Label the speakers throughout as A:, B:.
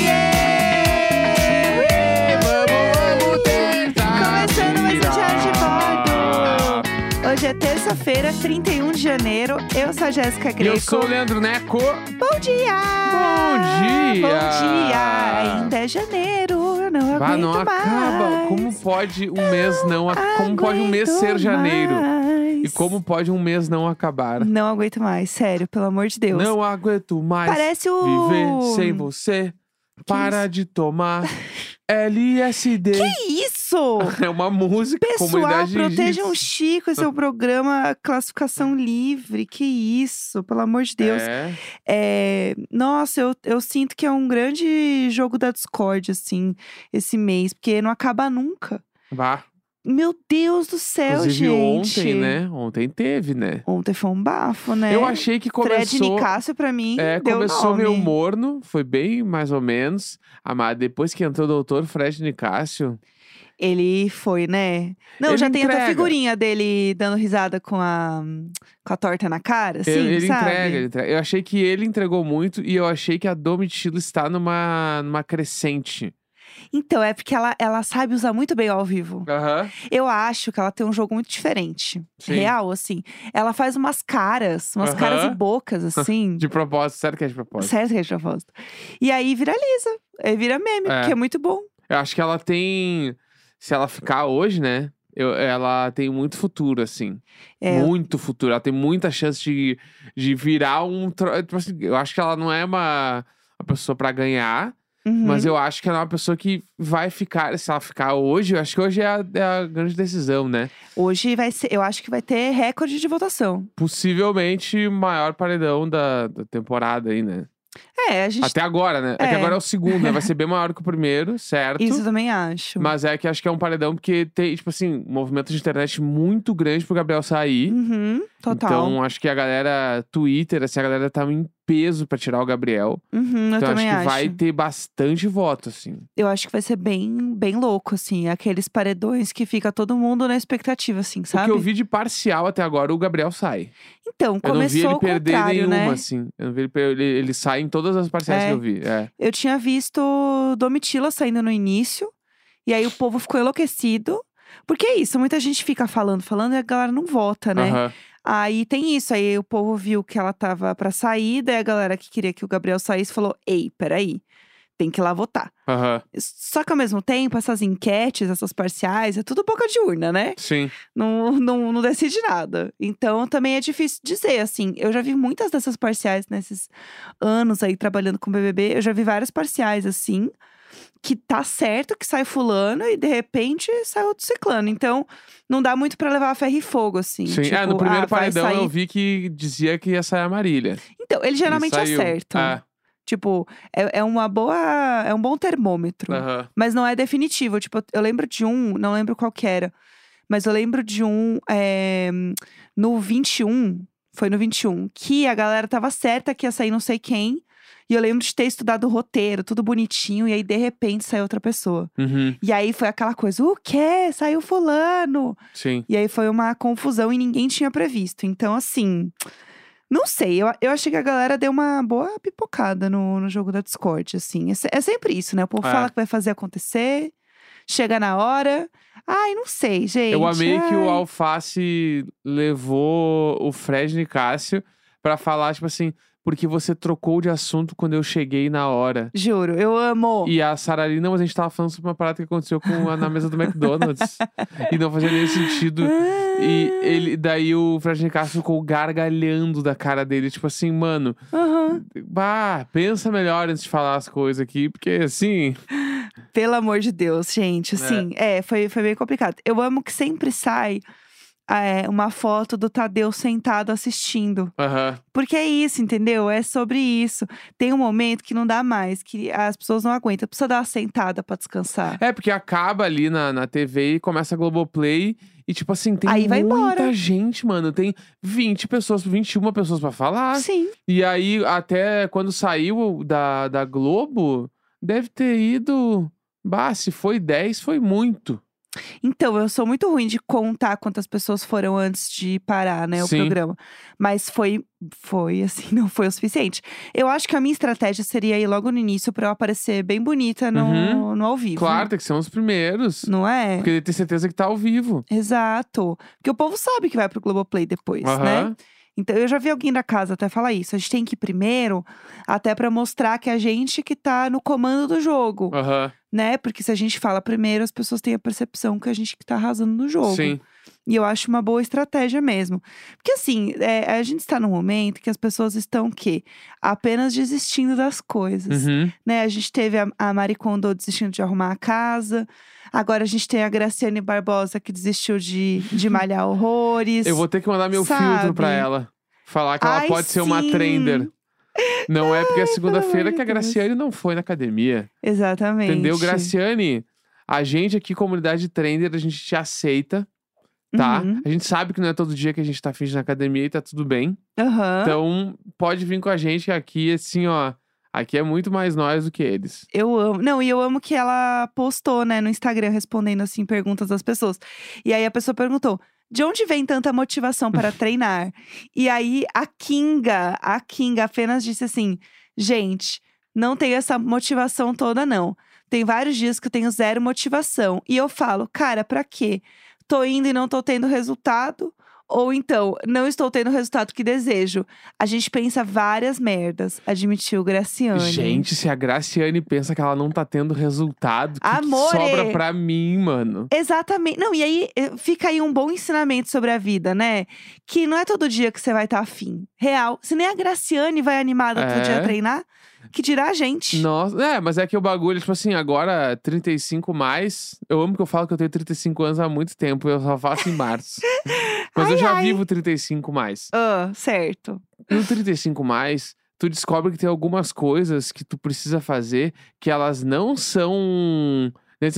A: um Hoje é terça-feira, 31 de janeiro. Eu sou a Jéssica
B: E
A: Greco.
B: eu sou o Leandro Neco.
A: Bom dia!
B: Bom dia!
A: Bom dia! Ainda é janeiro, eu não
B: Bah,
A: aguento
B: Ah, não acaba.
A: mais.
B: Como pode um mês não... ac- Como pode um mês
A: Aguento
B: ser janeiro?
A: mais.
B: E como pode um mês não acabar?
A: Não aguento mais, sério, pelo amor de Deus.
B: Não aguento mais
A: Parece o...
B: viver sem você. Para
A: isso?
B: de tomar LSD.
A: Que isso?
B: É uma música,
A: Pessoal,
B: comunidade
A: protejam o
B: indígena.
A: Chico, esse é o programa Classificação Livre. Que isso, pelo amor de Deus.
B: É.
A: É, nossa, eu, eu sinto que é um grande jogo da Discord, assim, esse mês, porque não acaba nunca.
B: Bah.
A: Meu Deus do céu,
B: Inclusive
A: É gente.
B: ontem, né? Ontem teve, né?
A: Ontem foi um bafo, né?
B: Eu achei que
A: Fred
B: começou...
A: Nicásio, pra mim,
B: É,
A: deu
B: começou
A: nome.
B: meio morno, foi bem mais ou menos. Ah, mas depois que entrou o doutor Fred Nicásio,
A: Ele foi, né? Não,
B: Ele
A: já tem até
B: entrega.
A: figurinha dele dando risada com a, com a torta na cara, assim,
B: ele, ele
A: sabe?
B: entrega, ele entrega. Eu achei que ele entregou muito e eu achei que a Domitila está numa, numa crescente.
A: Então, é porque ela, ela sabe usar muito bem ao vivo.
B: Aham.
A: Eu acho que ela tem um jogo muito diferente.
B: Sim.
A: Real, assim. Ela faz umas caras, umas
B: Aham.
A: caras e bocas, assim.
B: De propósito, sério que é de propósito.
A: Sério que é de propósito. E aí viraliza. Aí vira meme,
B: É.
A: porque é muito bom.
B: Eu acho que ela tem. Se ela ficar hoje, né? eu- ela tem muito futuro, assim.
A: É.
B: Muito futuro. Ela tem muita chance de, de virar um. tro- tipo assim, Eu acho que ela não é uma, uma pessoa pra ganhar.
A: Uhum.
B: Mas eu acho que ela é uma pessoa que vai ficar, se ela ficar hoje, eu acho que hoje é a, é a grande decisão, né?
A: Hoje vai ser, eu acho que vai ter recorde de votação.
B: Possivelmente o maior paredão da, da temporada aí, né?
A: É, a gente.
B: Até agora, né? É. que
A: É.
B: agora é o segundo, né? Vai ser bem maior que o primeiro, certo?
A: Isso eu também acho.
B: Mas é que acho que é um paredão porque tem, tipo assim, um movimento de internet muito grande pro Gabriel sair.
A: Uhum, total.
B: Então acho que a galera Twitter, assim, a galera tá em peso pra tirar o Gabriel.
A: Uhum, eu
B: então acho
A: também
B: que
A: acho.
B: vai ter bastante voto, assim.
A: Eu acho que vai ser bem, bem louco, assim. Aqueles paredões que fica todo mundo na expectativa, assim,
B: O
A: sabe?
B: que eu vi de parcial até agora, o Gabriel sai.
A: Então,
B: Eu não vi
A: começou
B: ele
A: o
B: perder
A: contrário,
B: nenhuma,
A: né?
B: assim. Eu não vi ele, per- ele, ele sai em todas as parciais
A: É.
B: que eu vi. É.
A: Eu tinha visto Domitila saindo no início, e aí o povo ficou enlouquecido. Porque é isso, muita gente fica falando, falando, e a galera não vota, né?
B: Aham.
A: Aí tem isso, aí o povo viu que ela tava pra sair, daí a galera que queria que o Gabriel saísse falou: Ei, peraí, tem que ir lá votar.
B: Aham.
A: Só que ao mesmo tempo, essas enquetes, essas parciais, é tudo boca de urna, né?
B: Sim.
A: Não, não, não decide nada. Então também é difícil dizer, assim. Eu já vi muitas dessas parciais nesses anos aí trabalhando com BBB. Eu já vi várias parciais assim, que tá certo que sai fulano e de repente sai outro ciclano. Então não dá muito pra levar a ferro e fogo, assim.
B: Sim.
A: Tipo,
B: é, no primeiro
A: ah, vai
B: paredão
A: sair
B: eu vi que dizia que ia sair a Marília.
A: então, eles geralmente
B: Ele saiu.
A: acertam.
B: Ah,
A: Tipo, é, é uma boa. É um bom termômetro.
B: aham.
A: Mas não é definitivo. Tipo, eu- eu lembro de um, não lembro qual que era. Mas eu lembro de um é, no 21. Foi no 21. Que a galera tava certa que ia sair não sei quem. E eu lembro de ter estudado o roteiro, tudo bonitinho. E aí, de repente, saiu outra pessoa.
B: Uhum.
A: E aí foi aquela coisa: o quê? Saiu fulano.
B: Sim.
A: E aí foi uma confusão e ninguém tinha previsto. Então, assim. Não sei, eu, eu achei que a galera deu uma boa pipocada no, no jogo da Discord, assim. É, se- é sempre isso, né? O povo
B: É.
A: fala que vai fazer acontecer, chega na hora. Ai, não sei, gente.
B: eu amei que o
A: ai.
B: Alface levou o Fred Nicásio pra falar, tipo assim, porque você trocou de assunto quando eu cheguei na hora.
A: Juro, eu amo.
B: E a Sara ali, não, mas a gente tava falando sobre uma parada que aconteceu com a- na mesa do McDonald's. e não fazia nenhum sentido. E
A: Ah,
B: ele, daí o Fred Nicásio ficou gargalhando da cara dele, tipo assim, mano,
A: aham.
B: bah, pensa melhor antes de falar as coisas aqui, porque assim.
A: Pelo amor de Deus, gente. Assim, é, foi, foi meio complicado. Eu amo que sempre sai é, uma foto do Tadeu sentado assistindo.
B: Aham.
A: Porque é isso, entendeu? É sobre isso. Tem um momento que não dá mais, que as pessoas não aguentam. Precisa dar uma sentada pra descansar.
B: É, porque acaba ali na, na TV e começa a Globoplay. E, tipo assim, tem
A: Aí vai
B: muita
A: embora.
B: gente, mano. Tem 20 pessoas, 21 pessoas pra falar.
A: Sim.
B: E aí, até quando saiu da, da Globo, deve ter ido. Bah, se foi 10, foi muito.
A: Então, eu sou muito ruim de contar quantas pessoas foram antes de parar, né, o
B: Sim.
A: programa. Mas foi, foi assim, não foi o suficiente. Eu acho que a minha estratégia seria ir logo no início pra eu aparecer bem bonita no,
B: Uhum.
A: no ao vivo.
B: Claro, tem que ser um dos primeiros.
A: Não é?
B: Porque ele tem certeza que tá ao vivo.
A: Exato. Porque o povo sabe que vai pro Globoplay depois, né?
B: Aham.
A: Então, eu já vi alguém da casa até falar isso. A gente tem que ir primeiro, até pra mostrar que a gente que tá no comando do jogo,
B: Aham.
A: né? Porque se a gente fala primeiro, as pessoas têm a percepção que a gente que tá arrasando no jogo.
B: Sim.
A: E eu acho uma boa estratégia mesmo. Porque assim, é, a gente está num momento que as pessoas estão o quê? Apenas desistindo das coisas.
B: Uhum.
A: Né? A gente teve a, a Marie Kondo desistindo de arrumar a casa. Agora a gente tem a Graciane Barbosa que desistiu de, de malhar horrores.
B: Eu vou ter que mandar meu filtro pra
A: Sabe?
B: ela. Falar que ela
A: Ai,
B: pode ser uma
A: sim.
B: trender. Não é porque é
A: amor
B: segunda-feira
A: de
B: que a
A: Deus.
B: Graciane não foi na academia.
A: Exatamente.
B: Entendeu, Graciane? A gente aqui, comunidade trender, a gente te aceita, tá?
A: Uhum.
B: A gente sabe que não é todo dia que a gente tá fingindo na academia e tá tudo bem.
A: Aham.
B: Então, pode vir com a gente que aqui, assim, ó. Aqui é muito mais nós do que eles.
A: Eu amo. Não, e eu amo que ela postou, né, no Instagram, respondendo, assim, perguntas das pessoas. E aí a pessoa perguntou. De onde vem tanta motivação para treinar? E aí a Kinga, a Kinga apenas disse assim: gente, não tenho essa motivação toda, não. Tem vários dias que eu tenho zero motivação. E eu falo, cara, pra quê? Tô indo e não tô tendo resultado? Ou então, não estou tendo o resultado que desejo. A gente pensa várias merdas, admitiu Graciane.
B: Gente, se a Graciane pensa que ela não tá tendo resultado, o que, que
A: Amore!
B: sobra pra mim, mano?
A: Exatamente. Não, e aí eh, fica aí um bom ensinamento sobre a vida, né? Que não é todo dia que você vai estar afim. Real. Se nem a Graciane vai animada todo dia
B: É.
A: a treinar, que dirá a gente.
B: Nossa, é, mas é que o bagulho, tipo assim, agora 35 mais. Eu amo que eu falo que eu tenho 35 anos há muito tempo, eu só faço em março. mas eu
A: Ai,
B: já
A: ai.
B: vivo 35 mais.
A: Ah, certo.
B: No 35 mais, tu descobre que tem algumas coisas que tu precisa fazer que elas não são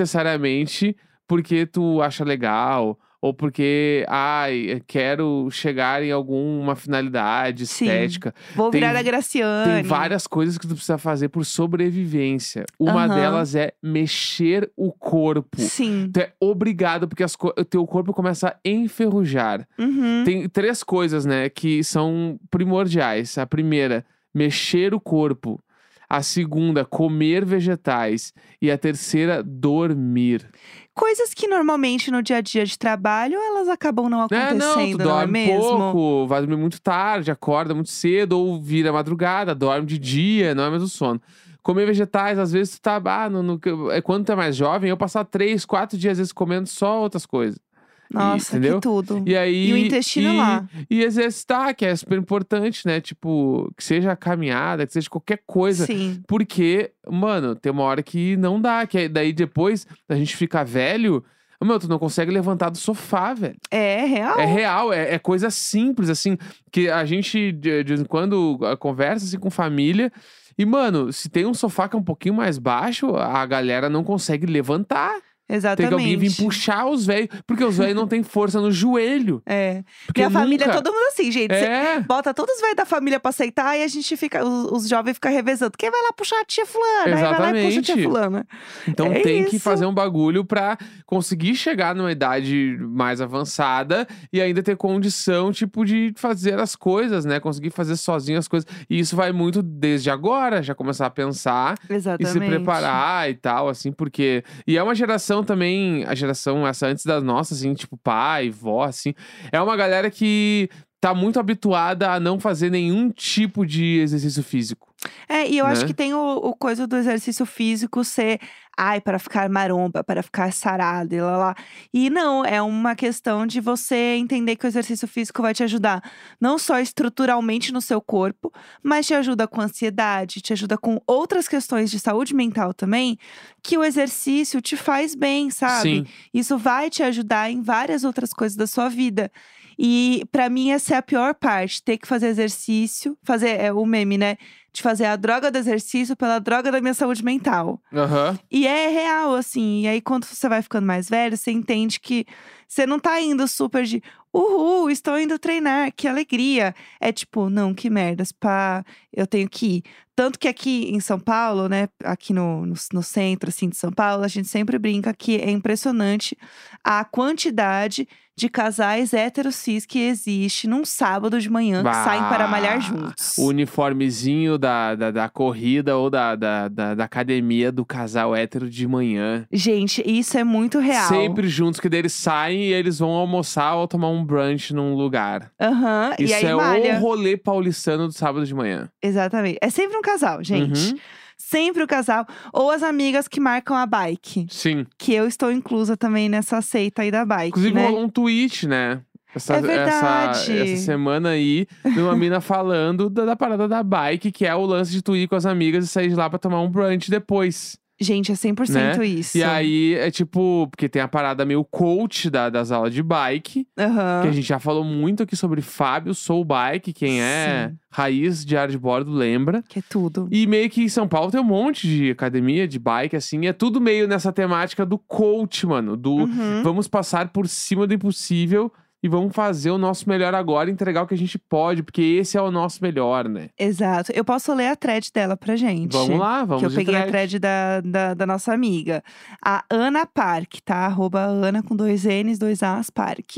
B: necessariamente porque tu acha legal ou porque, ai, quero chegar em alguma finalidade
A: Sim.
B: estética.
A: Vou
B: Tem-
A: virar a Graciane.
B: Tem várias coisas que tu precisa fazer por sobrevivência. Uma
A: Aham.
B: delas é mexer o corpo.
A: Sim.
B: Tu é obrigado, porque as co- o teu corpo começa a enferrujar.
A: Uhum.
B: Tem três coisas, né, que são primordiais. A primeira, mexer o corpo. A segunda, comer vegetais. E a terceira, dormir.
A: Coisas que normalmente no dia a dia de trabalho elas acabam não
B: É,
A: acontecendo,
B: não, tu
A: não é
B: dorme
A: mesmo?
B: pouco, vai dormir muito tarde, acorda muito cedo, ou vira madrugada, dorme de dia, não é mais o sono. Comer vegetais, às vezes tu tá. Ah, no, no- é quando tu é mais jovem, eu passar três, quatro dias, às vezes, comendo só outras coisas.
A: Nossa,
B: entendeu?
A: que tudo.
B: E aí.
A: E o intestino
B: e-
A: lá.
B: E exercitar, que é super importante, né? Tipo, que seja caminhada, que seja qualquer coisa.
A: Sim.
B: Porque, mano, tem uma hora que não dá, que aí- daí depois a gente fica velho. Meu, tu não consegue levantar do sofá, velho.
A: É real?
B: É real, é, é coisa simples, assim, que a gente de, de vez em quando a- conversa assim, com família. E, mano, se tem um sofá que é um pouquinho mais baixo, a galera não consegue levantar. É, Tem
A: Exatamente.
B: que alguém vir puxar os velhos, porque os velhos não têm força no joelho.
A: É.
B: Porque
A: Minha família é
B: nunca-
A: todo mundo assim, gente. Cê-
B: É.
A: Bota todos os velhos da família pra aceitar e a gente fica, os, os jovens ficam revezando. Quem vai lá puxar a tia fulana? Aí vai lá e puxa a tia
B: Exatamente.
A: fulana.
B: Então
A: É
B: tem que
A: isso.
B: fazer um bagulho pra conseguir chegar numa idade mais avançada e ainda ter condição, tipo, de fazer as coisas, né? Conseguir fazer sozinho as coisas. E isso vai muito desde agora, já começar a pensar e
A: Exatamente.
B: se preparar e tal, assim, porque. E é uma geração também, a geração essa antes da nossa, assim, tipo, pai, vó, assim. É uma galera que tá muito habituada a não fazer nenhum tipo de exercício físico.
A: É, e eu acho
B: né?
A: que tem o, o coisa do exercício físico ser, ai, para ficar maromba, para ficar sarada e lá lá. E não, é uma questão de você entender que o exercício físico vai te ajudar não só estruturalmente no seu corpo, mas te ajuda com ansiedade, te ajuda com outras questões de saúde mental também, que o exercício te faz bem, sabe?
B: Sim.
A: Isso vai te ajudar em várias outras coisas da sua vida. E pra mim essa é a pior parte, ter que fazer exercício, fazer é, o meme, né? de fazer a droga do exercício pela droga da minha saúde mental.
B: Aham.
A: E é real, assim. E aí, quando você vai ficando mais velho, você entende que você não tá indo super de uhul, estou indo treinar, que alegria. É tipo, não, que merdas, pá, eu tenho que ir. Tanto que aqui em São Paulo, né, aqui no, no, no centro, assim, de São Paulo, a gente sempre brinca que é impressionante a quantidade de casais héteros cis que existe num sábado de manhã que
B: Bah.
A: saem para malhar juntos.
B: O uniformezinho da, da, da corrida ou da, da, da, da academia do casal hétero de manhã.
A: Gente, isso é muito real.
B: Sempre juntos, que daí eles saem e eles vão almoçar ou tomar um brunch num lugar.
A: Aham, e
B: Isso
A: aí
B: é
A: malha.
B: o rolê paulistano do sábado de manhã.
A: Exatamente. É sempre um casal, gente.
B: Uhum.
A: Sempre o casal. Ou as amigas que marcam a bike.
B: Sim.
A: Que eu estou inclusa também nessa seita aí da bike.
B: Inclusive
A: né?
B: rolou um tweet, né? Essa,
A: É
B: essa,
A: verdade.
B: essa semana aí, de uma mina falando da, da parada da bike, que é o lance de tu ir com as amigas e sair de lá pra tomar um brunch depois.
A: Gente, é 100% isso.
B: Né? E aí é tipo, porque tem a parada meio coach da, das aulas de bike,
A: Aham.
B: Que a gente já falou muito aqui sobre Fábio Soul Bike, quem é
A: Sim.
B: raiz de ar de bordo lembra.
A: Que é tudo.
B: E meio que em São Paulo tem um monte de academia de bike, assim. É tudo meio nessa temática do coach, mano. Do
A: Uhum.
B: vamos passar por cima do impossível e vamos fazer o nosso melhor agora, e entregar o que a gente pode, porque esse é o nosso melhor, né?
A: Exato. Eu posso ler a thread dela pra gente.
B: Vamos lá, vamos
A: que eu
B: de
A: peguei a thread
B: thread.
A: da, da, da nossa amiga. A Ana Park, tá? Arroba Ana com dois N's, dois A's, Park.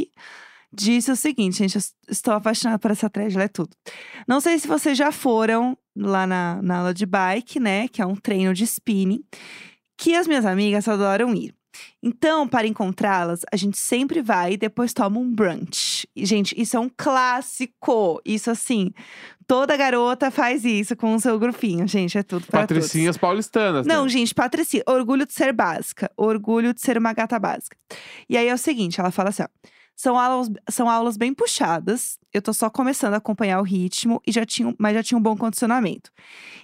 A: Disse o seguinte, gente, eu s- estou apaixonada por essa thread, ela é tudo. Não sei se vocês já foram lá na, na aula de bike, né? Que é um treino de spinning, que as minhas amigas adoram ir. Então, para encontrá-las, a gente sempre vai e depois toma um brunch. E, gente, isso é um clássico. Isso, assim, toda garota faz isso com o seu grupinho, gente. É tudo para todos.
B: Patricinhas paulistanas. né?
A: Não, gente, Patricinha, orgulho de ser básica, orgulho de ser uma gata básica. E aí é o seguinte, ela fala assim, ó. São aulas, são aulas bem puxadas. Eu tô só começando a acompanhar o ritmo e já tinha, um- mas já tinha um bom condicionamento.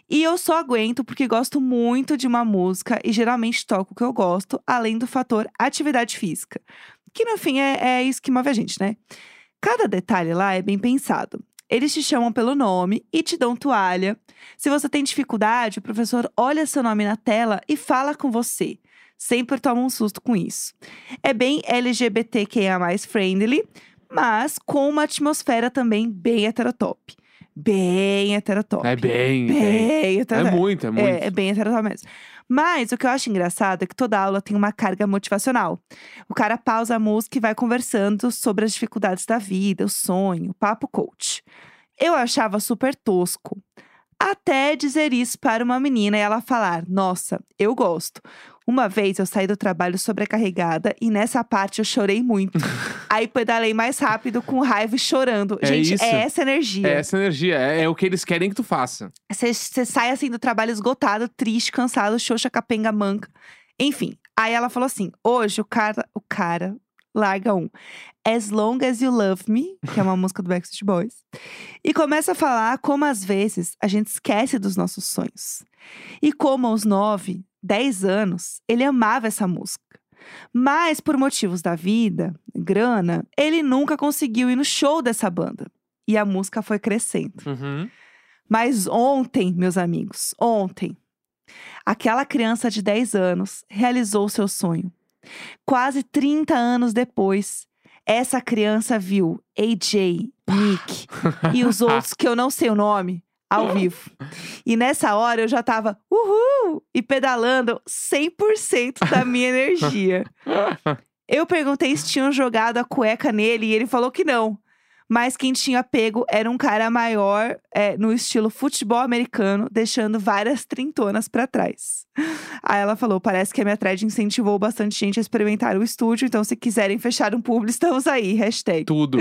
A: E eu só aguento porque gosto muito de uma música e geralmente toco o que eu gosto, além do fator atividade física. Que no fim é, é isso que move a gente, né? Cada detalhe lá é bem pensado. Eles te chamam pelo nome e te dão toalha. Se você tem dificuldade, o professor olha seu nome na tela e fala com você. Sempre toma um susto com isso. É bem LGBTQIA friendly, mas com uma atmosfera também bem heterotop. Bem heterotop.
B: É bem, bem.
A: Bem
B: É
A: heterotop.
B: muito, é muito.
A: É, é bem heterotop mesmo. Mas o que eu acho engraçado é que toda aula tem uma carga motivacional. O cara pausa a música e vai conversando sobre as dificuldades da vida, o sonho, o papo coach. Eu achava super tosco. Até dizer isso para uma menina e ela falar: Nossa, eu gosto. Uma vez eu saí do trabalho sobrecarregada e nessa parte eu chorei muito. Aí pedalei mais rápido, com raiva e chorando.
B: É
A: Gente,
B: isso.
A: é essa energia.
B: É essa energia, é, é o que eles querem que tu faça.
A: Você sai assim do trabalho esgotado, triste, cansado, xoxa, capenga, manca. Enfim. Aí ela falou assim: hoje o cara, o cara larga um. As Long as You Love Me, que é uma música do Backstreet Boys. E começa a falar como às vezes a gente esquece dos nossos sonhos. E como aos 9, 10 anos, ele amava essa música. Mas por motivos da vida, grana, ele nunca conseguiu ir no show dessa banda. E a música foi crescendo.
B: Uhum.
A: Mas ontem, meus amigos, ontem, aquela criança de 10 anos realizou seu sonho. Quase 30 anos depois, essa criança viu AJ, Nick e os outros que eu não sei o nome ao vivo. E nessa hora eu já tava uhul e pedalando 100% da minha energia. Eu perguntei se tinham jogado a cueca nele e ele falou que não. Mas quem tinha pego era um cara maior, é, no estilo futebol americano, deixando várias trintonas pra trás. Aí ela falou: parece que a minha thread incentivou bastante gente a experimentar o estúdio, então se quiserem fechar um público, estamos aí. Hashtag.
B: Tudo.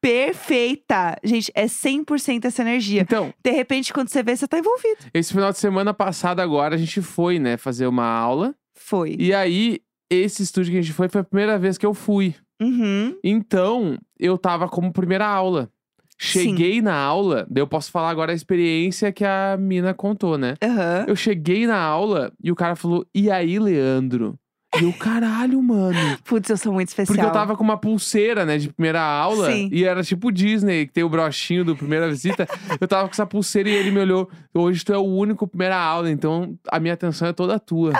A: Perfeita! Gente, é 100% essa energia.
B: Então,
A: De repente, quando você vê, você tá envolvido.
B: Esse final de semana passado agora a gente foi, né, fazer uma aula.
A: Foi.
B: E aí, esse estúdio que a gente foi foi a primeira vez que eu fui.
A: Uhum.
B: Então, eu tava como primeira aula. Cheguei na aula, daí eu posso falar agora a experiência que a mina contou, né?
A: Aham.
B: Eu cheguei na aula e o cara falou: "E aí, Leandro?" E eu, caralho, mano.
A: Putz, eu sou muito especial.
B: Porque eu tava com uma pulseira, né, de primeira aula.
A: Sim.
B: E era tipo Disney, que tem o brochinho do primeira visita. eu tava com essa pulseira e ele me olhou. Hoje tu é o único primeira aula, então a minha atenção é toda tua.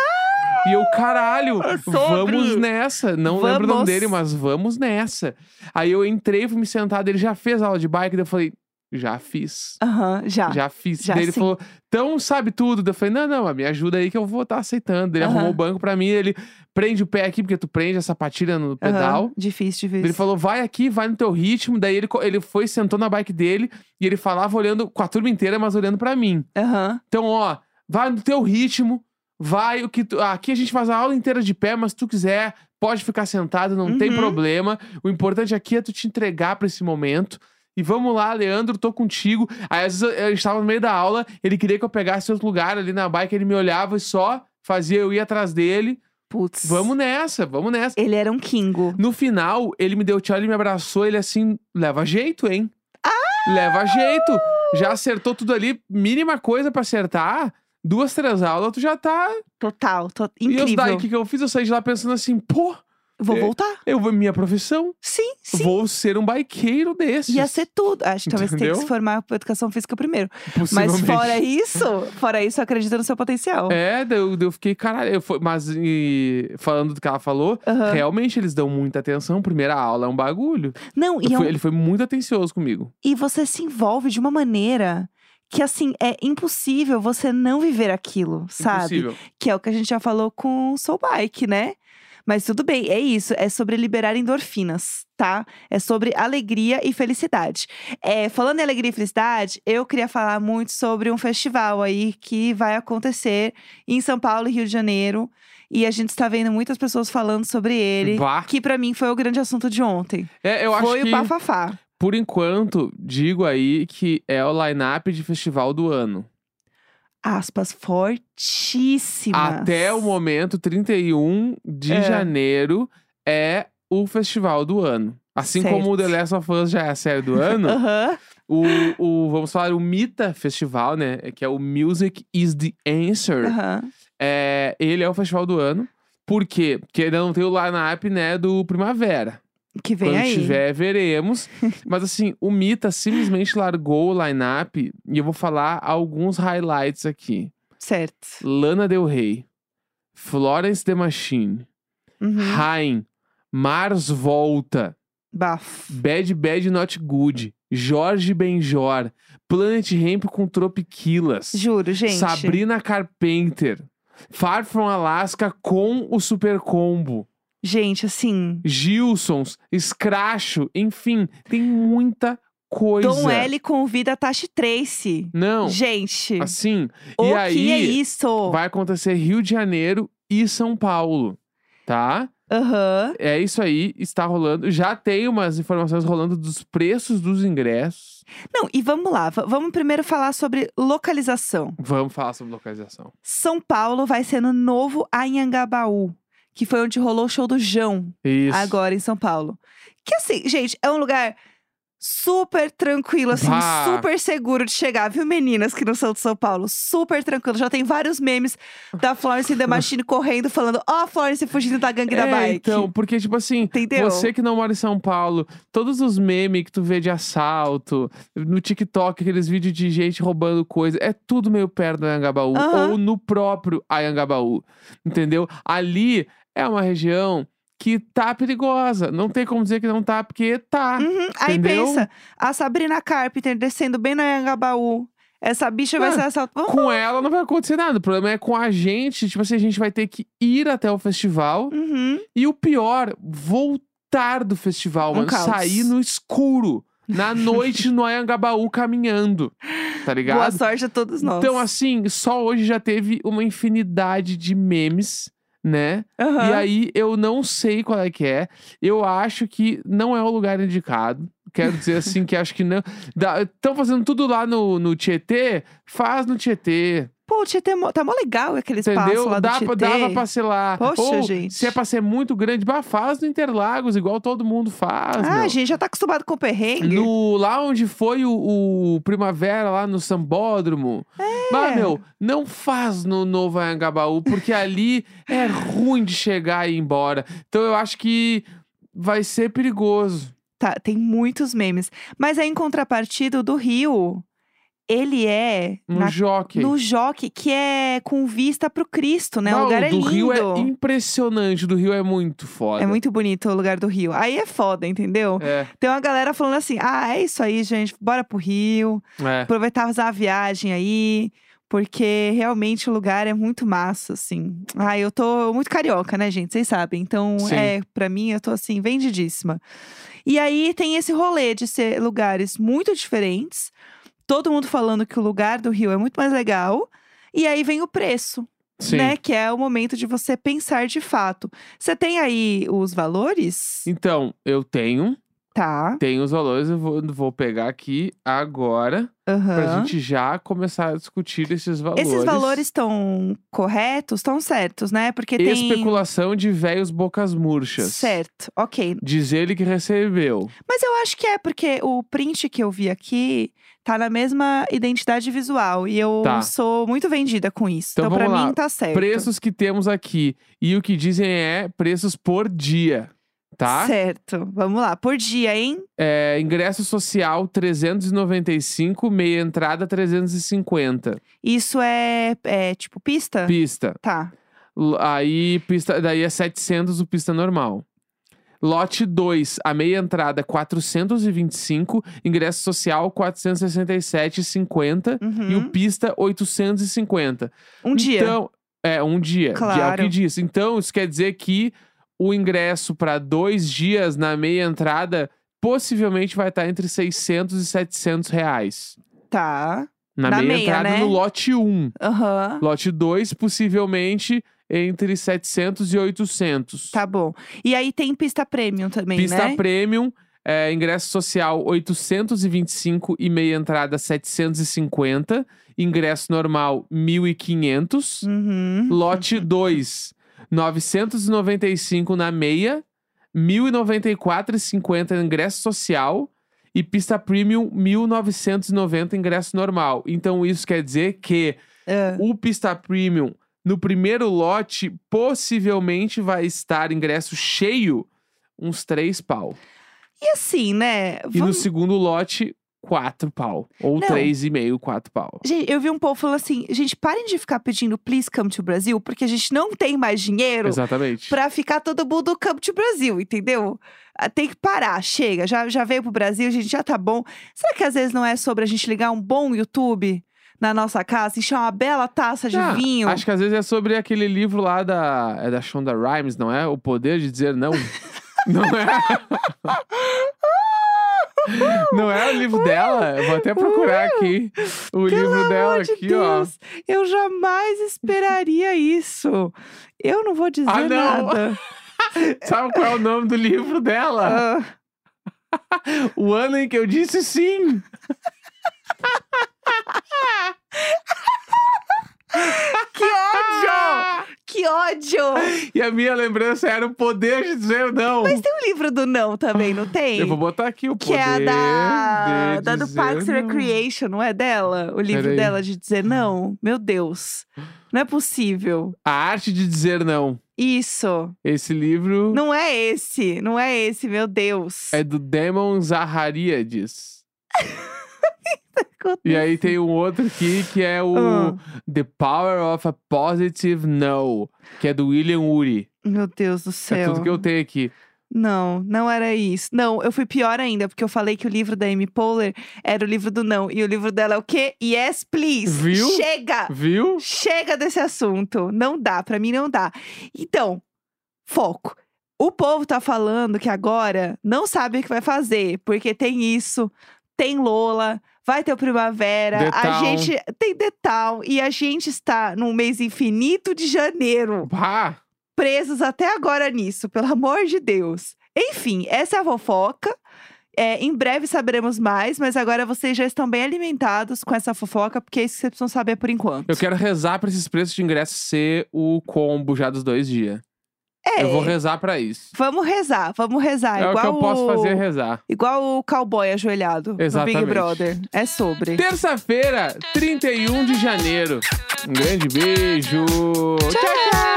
B: E eu, caralho,
A: Ah, sobre.
B: vamos nessa. Não lembro o nome
A: Vamos.
B: dele, mas vamos nessa. Aí eu entrei, fui me sentar, ele já fez aula de bike, daí eu falei, já fiz.
A: Aham, já.
B: Já fiz.
A: Ah, já
B: Daí ele
A: sim.
B: falou, então sabe tudo. Daí eu falei, não, não, me ajuda aí que eu vou estar aceitando. Daí Ele
A: Aham.
B: arrumou o banco pra mim, ele prende o pé aqui, porque tu prende a sapatilha no
A: Aham,
B: pedal.
A: Difícil, difícil.
B: Ele falou, vai aqui, vai no teu ritmo. Daí ele, co- ele foi, sentou na bike dele e ele falava olhando com a turma inteira, mas olhando pra mim.
A: Aham.
B: Então, ó, vai no teu ritmo, vai o que tu- Aqui a gente faz a aula inteira de pé, mas se tu quiser, pode ficar sentado, não tem
A: Uhum.
B: problema. O importante aqui é tu te entregar pra esse momento. E vamos lá, Leandro, tô contigo. Aí às vezes eu- eu estava no meio da aula, ele queria que eu pegasse outro lugar ali na bike, ele me olhava e só fazia eu ir atrás dele.
A: Putz.
B: Vamos nessa, vamos nessa.
A: Ele era um Kingo.
B: No final, ele me deu tchau, ele me abraçou, ele assim, leva jeito, hein? Leva jeito. Já acertou tudo ali, mínima coisa pra acertar. Duas, três aulas, tu já tá.
A: Total. to-
B: E eu, daí,
A: Incrível.
B: o que, que eu fiz? Eu saí de lá pensando assim, pô,
A: Vou
B: É.
A: voltar?
B: eu vou minha profissão.
A: Sim, sim.
B: Vou ser um bikeiro desse.
A: Ia ser tudo. Acho que talvez tenha que
B: Entendeu?
A: se formar pra educação física primeiro. Mas fora isso, fora isso, acredita no seu potencial.
B: É, daí eu, daí eu fiquei, caralho. eu fui- mas e, falando do que ela falou,
A: Aham.
B: realmente eles dão muita atenção. Primeira aula é um bagulho.
A: Não, e,
B: Eu
A: é um-
B: fui- Ele foi muito atencioso comigo.
A: e você se envolve de uma maneira que, assim, é impossível você não viver aquilo, sabe?
B: Impossível.
A: Que é o que a gente já falou com o Soul Bike, né? Mas tudo bem, é isso. É sobre liberar endorfinas, tá? É sobre alegria e felicidade. É, falando em alegria e felicidade, eu queria falar muito sobre um festival aí que vai acontecer em São Paulo e Rio de Janeiro. E a gente está vendo muitas pessoas falando sobre ele.
B: Bah.
A: Que pra mim foi o grande assunto de ontem.
B: É, eu acho
A: foi
B: que...
A: o bafafá.
B: Por enquanto, digo aí que é o line-up de festival do ano.
A: Aspas fortíssimas.
B: Até o momento, 31 de
A: É.
B: janeiro é o festival do ano. Assim
A: Certo.
B: como o The Last of Us já é a série do ano,
A: Aham.
B: o, o- vamos falar, o Mita Festival, né? Que é o Music is the Answer.
A: Aham.
B: É, ele é o festival do ano. Por quê? Porque ainda não tem o line-up, né, do Primavera.
A: Que vem
B: Quando
A: aí.
B: tiver, veremos. Mas assim, o Mita simplesmente largou o line-up e eu vou falar alguns highlights aqui.
A: Certo.
B: Lana Del Rey, Florence The Machine,
A: Uhum.
B: Rain, Mars Volta,
A: Bafo.
B: Bad Bad Not Good, Jorge Benjor, Planet Hemp com Tropiquilas,
A: Juro, gente.
B: Sabrina Carpenter, Far From Alaska com o Super Combo.
A: Gente, assim.
B: Gilsons, Scracho, enfim, tem muita coisa.
A: Dom L convida a Tashi Trace.
B: é. Não,
A: Gente.
B: assim,
A: o
B: e
A: que
B: aí
A: é isso?
B: vai acontecer Rio de Janeiro e São Paulo, tá?
A: Aham.
B: É isso aí, está rolando. Já tem umas informações rolando dos preços dos ingressos.
A: Não, e vamos lá. va- Vamos primeiro falar sobre localização.
B: Vamos falar sobre localização.
A: São Paulo vai ser no novo Anhangabaú, que foi onde rolou o show do Jão
B: Isso.
A: agora em São Paulo. Que assim, gente, é um lugar super tranquilo, assim,
B: Bah.
A: super seguro de chegar, viu, meninas que não são de São Paulo? Super tranquilo. Já tem vários memes da Florence and the Machine correndo, falando, ó, a Florence fugindo da gangue da
B: É,
A: bike.
B: então, porque tipo assim,
A: Entendeu?
B: Você que não mora em São Paulo, todos os memes que tu vê de assalto, no TikTok, aqueles vídeos de gente roubando coisa, é tudo meio perto do Anhangabaú
A: Aham.
B: ou no próprio Anhangabaú, entendeu? Ali é uma região que tá perigosa, não tem como dizer que não tá, porque tá.
A: Uhum, Aí
B: Entendeu?
A: pensa, a Sabrina Carpenter descendo bem na Anhangabaú. Essa bicha vai
B: Ah,
A: ser assaltada. Vamos-
B: Com ela não vai acontecer nada, o problema é com a gente, tipo assim, a gente vai ter que ir até o festival
A: Uhum.
B: e o pior, voltar do festival,
A: Um
B: mano,
A: caos.
B: sair no escuro. Na noite no Anhangabaú caminhando. Tá ligado?
A: Boa sorte a todos nós.
B: Então, assim, só hoje já teve uma infinidade de memes, né?
A: Aham.
B: E aí eu não sei qual é que é. Eu acho que não é o lugar indicado. Quero dizer assim que acho que não. Estão fazendo tudo lá no, no Tietê? Faz no Tietê.
A: Pô, o Tietê mó- tá mó legal aquele espaço lá
B: Entendeu?
A: do
B: Dá, pra-
A: Tietê.
B: dava pra ser lá.
A: Poxa,
B: Ou,
A: gente.
B: Se é pra ser muito grande, bah, faz no Interlagos, igual todo mundo faz.
A: Ah,
B: meu.
A: a gente já tá acostumado com o perrengue.
B: No, lá onde foi o, o Primavera, lá no Sambódromo. É. Mas, meu, não faz no Novo Anhangabaú, porque ali é ruim de chegar e ir embora. Então eu acho que vai ser perigoso.
A: Tá, tem muitos memes. Mas aí, em contrapartida, o do Rio, ele é
B: No
A: na-
B: jockey.
A: no Jockey, que é com vista pro Cristo, né?
B: Não,
A: o lugar
B: do
A: é lindo.
B: Rio é impressionante, o do Rio é muito foda.
A: É muito bonito o lugar do Rio. Aí é foda, entendeu?
B: É,
A: Tem uma galera falando assim: ah, é isso aí, gente, bora pro Rio,
B: é.
A: aproveitar usar a viagem aí, porque realmente o lugar é muito massa, assim. Ah, eu tô muito carioca, né, gente? Vocês sabem. Então,
B: Sim.
A: é, pra mim, eu tô assim, vendidíssima. E aí tem esse rolê de ser lugares muito diferentes, todo mundo falando que o lugar do Rio é muito mais legal. E aí vem o preço,
B: Sim.
A: né? Que é o momento de você pensar de fato. Você tem aí os valores?
B: Então, eu tenho,
A: Tá.
B: tenho os valores, eu vou, vou pegar aqui agora pra
A: Aham.
B: gente já começar a discutir esses valores.
A: Esses valores estão corretos, estão certos, né? Porque tem.
B: Especulação de velhos bocas murchas.
A: Certo, ok.
B: Diz ele que recebeu.
A: Mas eu acho que é, porque o print que eu vi aqui tá na mesma identidade visual. E eu
B: Tá.
A: sou muito vendida com isso.
B: Então
A: Então, pra
B: vamos lá.
A: mim tá certo.
B: Preços que temos aqui. E o que dizem é preços por dia. Tá?
A: Certo. Vamos lá. Por dia, hein?
B: É, ingresso social 395, meia entrada 350.
A: Isso é, é tipo pista?
B: Pista.
A: Tá.
B: L- Aí pista, daí é 700 o pista normal. Lote 2, a meia entrada 425, ingresso social 467,50 e
A: Uhum.
B: o pista 850.
A: Um dia.
B: Então, é, um dia. Dia- É o
A: Claro.
B: que diz. Então, isso quer dizer que o ingresso para dois dias na meia entrada possivelmente vai estar entre 600 e 700 reais.
A: Tá.
B: Na,
A: Na
B: meia,
A: meia,
B: entrada
A: né?
B: no lote 1.
A: Aham.
B: Lote 2, possivelmente entre 700 e 800.
A: Tá bom. E aí tem pista premium também,
B: Pista
A: né?
B: premium, é, ingresso social 825 e meia entrada 750. Ingresso normal 1.500.
A: Uhum.
B: Lote 2, 995 na meia, 1.094,50 ingresso social e pista premium 1.990 ingresso normal. Então isso quer dizer que
A: Ah.
B: o pista premium no primeiro lote possivelmente vai estar ingresso cheio uns três pau.
A: E assim, né?
B: E no
A: vamos-
B: segundo lote, quatro pau. Ou
A: Não.
B: três e meio, quatro pau.
A: Gente, eu vi um povo falando assim, gente, parem de ficar pedindo please come to Brasil, porque a gente não tem mais dinheiro
B: Exatamente.
A: pra ficar todo mundo come to Brasil, entendeu? Ah, Tem que parar, chega, já, já veio pro Brasil, gente, já tá bom. Será que às vezes não é sobre a gente ligar um bom YouTube na nossa casa, encher uma bela taça de
B: Ah,
A: vinho?
B: Acho que às vezes é sobre aquele livro lá da, é da Shonda Rhimes, não é? O poder de dizer não. não é? Não é o livro dela? Eu Vou até procurar aqui o livro dela
A: Pelo amor de
B: aqui, ó.
A: Deus, eu jamais esperaria isso. Eu não vou dizer
B: Ah, não.
A: nada.
B: Sabe qual é o nome do livro dela?
A: Ah.
B: O ano em que eu disse sim.
A: Que ódio! Ah, Que ódio!
B: E a minha lembrança era o poder de dizer não.
A: Mas tem o livro do não também, não tem?
B: Eu vou botar aqui o
A: que é a
B: poder
A: da,
B: de
A: da do
B: dizer
A: Parks and
B: não.
A: Recreation, não é dela? O livro
B: Peraí.
A: dela de dizer não? Meu Deus, não é possível.
B: A arte de dizer não.
A: Isso,
B: Esse livro
A: não é esse, não é esse, meu Deus.
B: é do Demon Zahariades. E aí tem um outro aqui que é o
A: Ah.
B: The Power of a Positive No, que é do William Uri.
A: Meu Deus do
B: É
A: céu.
B: tudo que eu tenho aqui.
A: Não, não era isso. Não, eu fui pior ainda, porque eu falei que o livro da Amy Poehler era o livro do não. E o livro dela é o quê? Yes, please.
B: Viu?
A: Chega!
B: Viu?
A: Chega desse assunto. Não dá, pra mim não dá. Então, foco. O povo tá falando que agora não sabe o que vai fazer, porque tem isso, tem Lola, vai ter o Primavera, a
B: Detal.
A: gente tem Detal e a gente está num mês infinito de janeiro,
B: Pá!
A: presos até agora nisso, pelo amor de Deus. Enfim, essa é a fofoca É, em breve saberemos mais, mas agora vocês já estão bem alimentados com essa fofoca, porque é isso que vocês precisam saber por enquanto.
B: Eu quero rezar pra esses preços de ingresso ser o combo já dos dois dias.
A: É,
B: Eu vou rezar pra isso.
A: vamos rezar, vamos rezar.
B: é o
A: igual
B: que eu posso
A: o-
B: fazer é rezar.
A: Igual o cowboy ajoelhado no Big
B: Exatamente.
A: Brother. É sobre.
B: Terça-feira, 31 de janeiro. Um grande beijo.
A: tchau! tchau.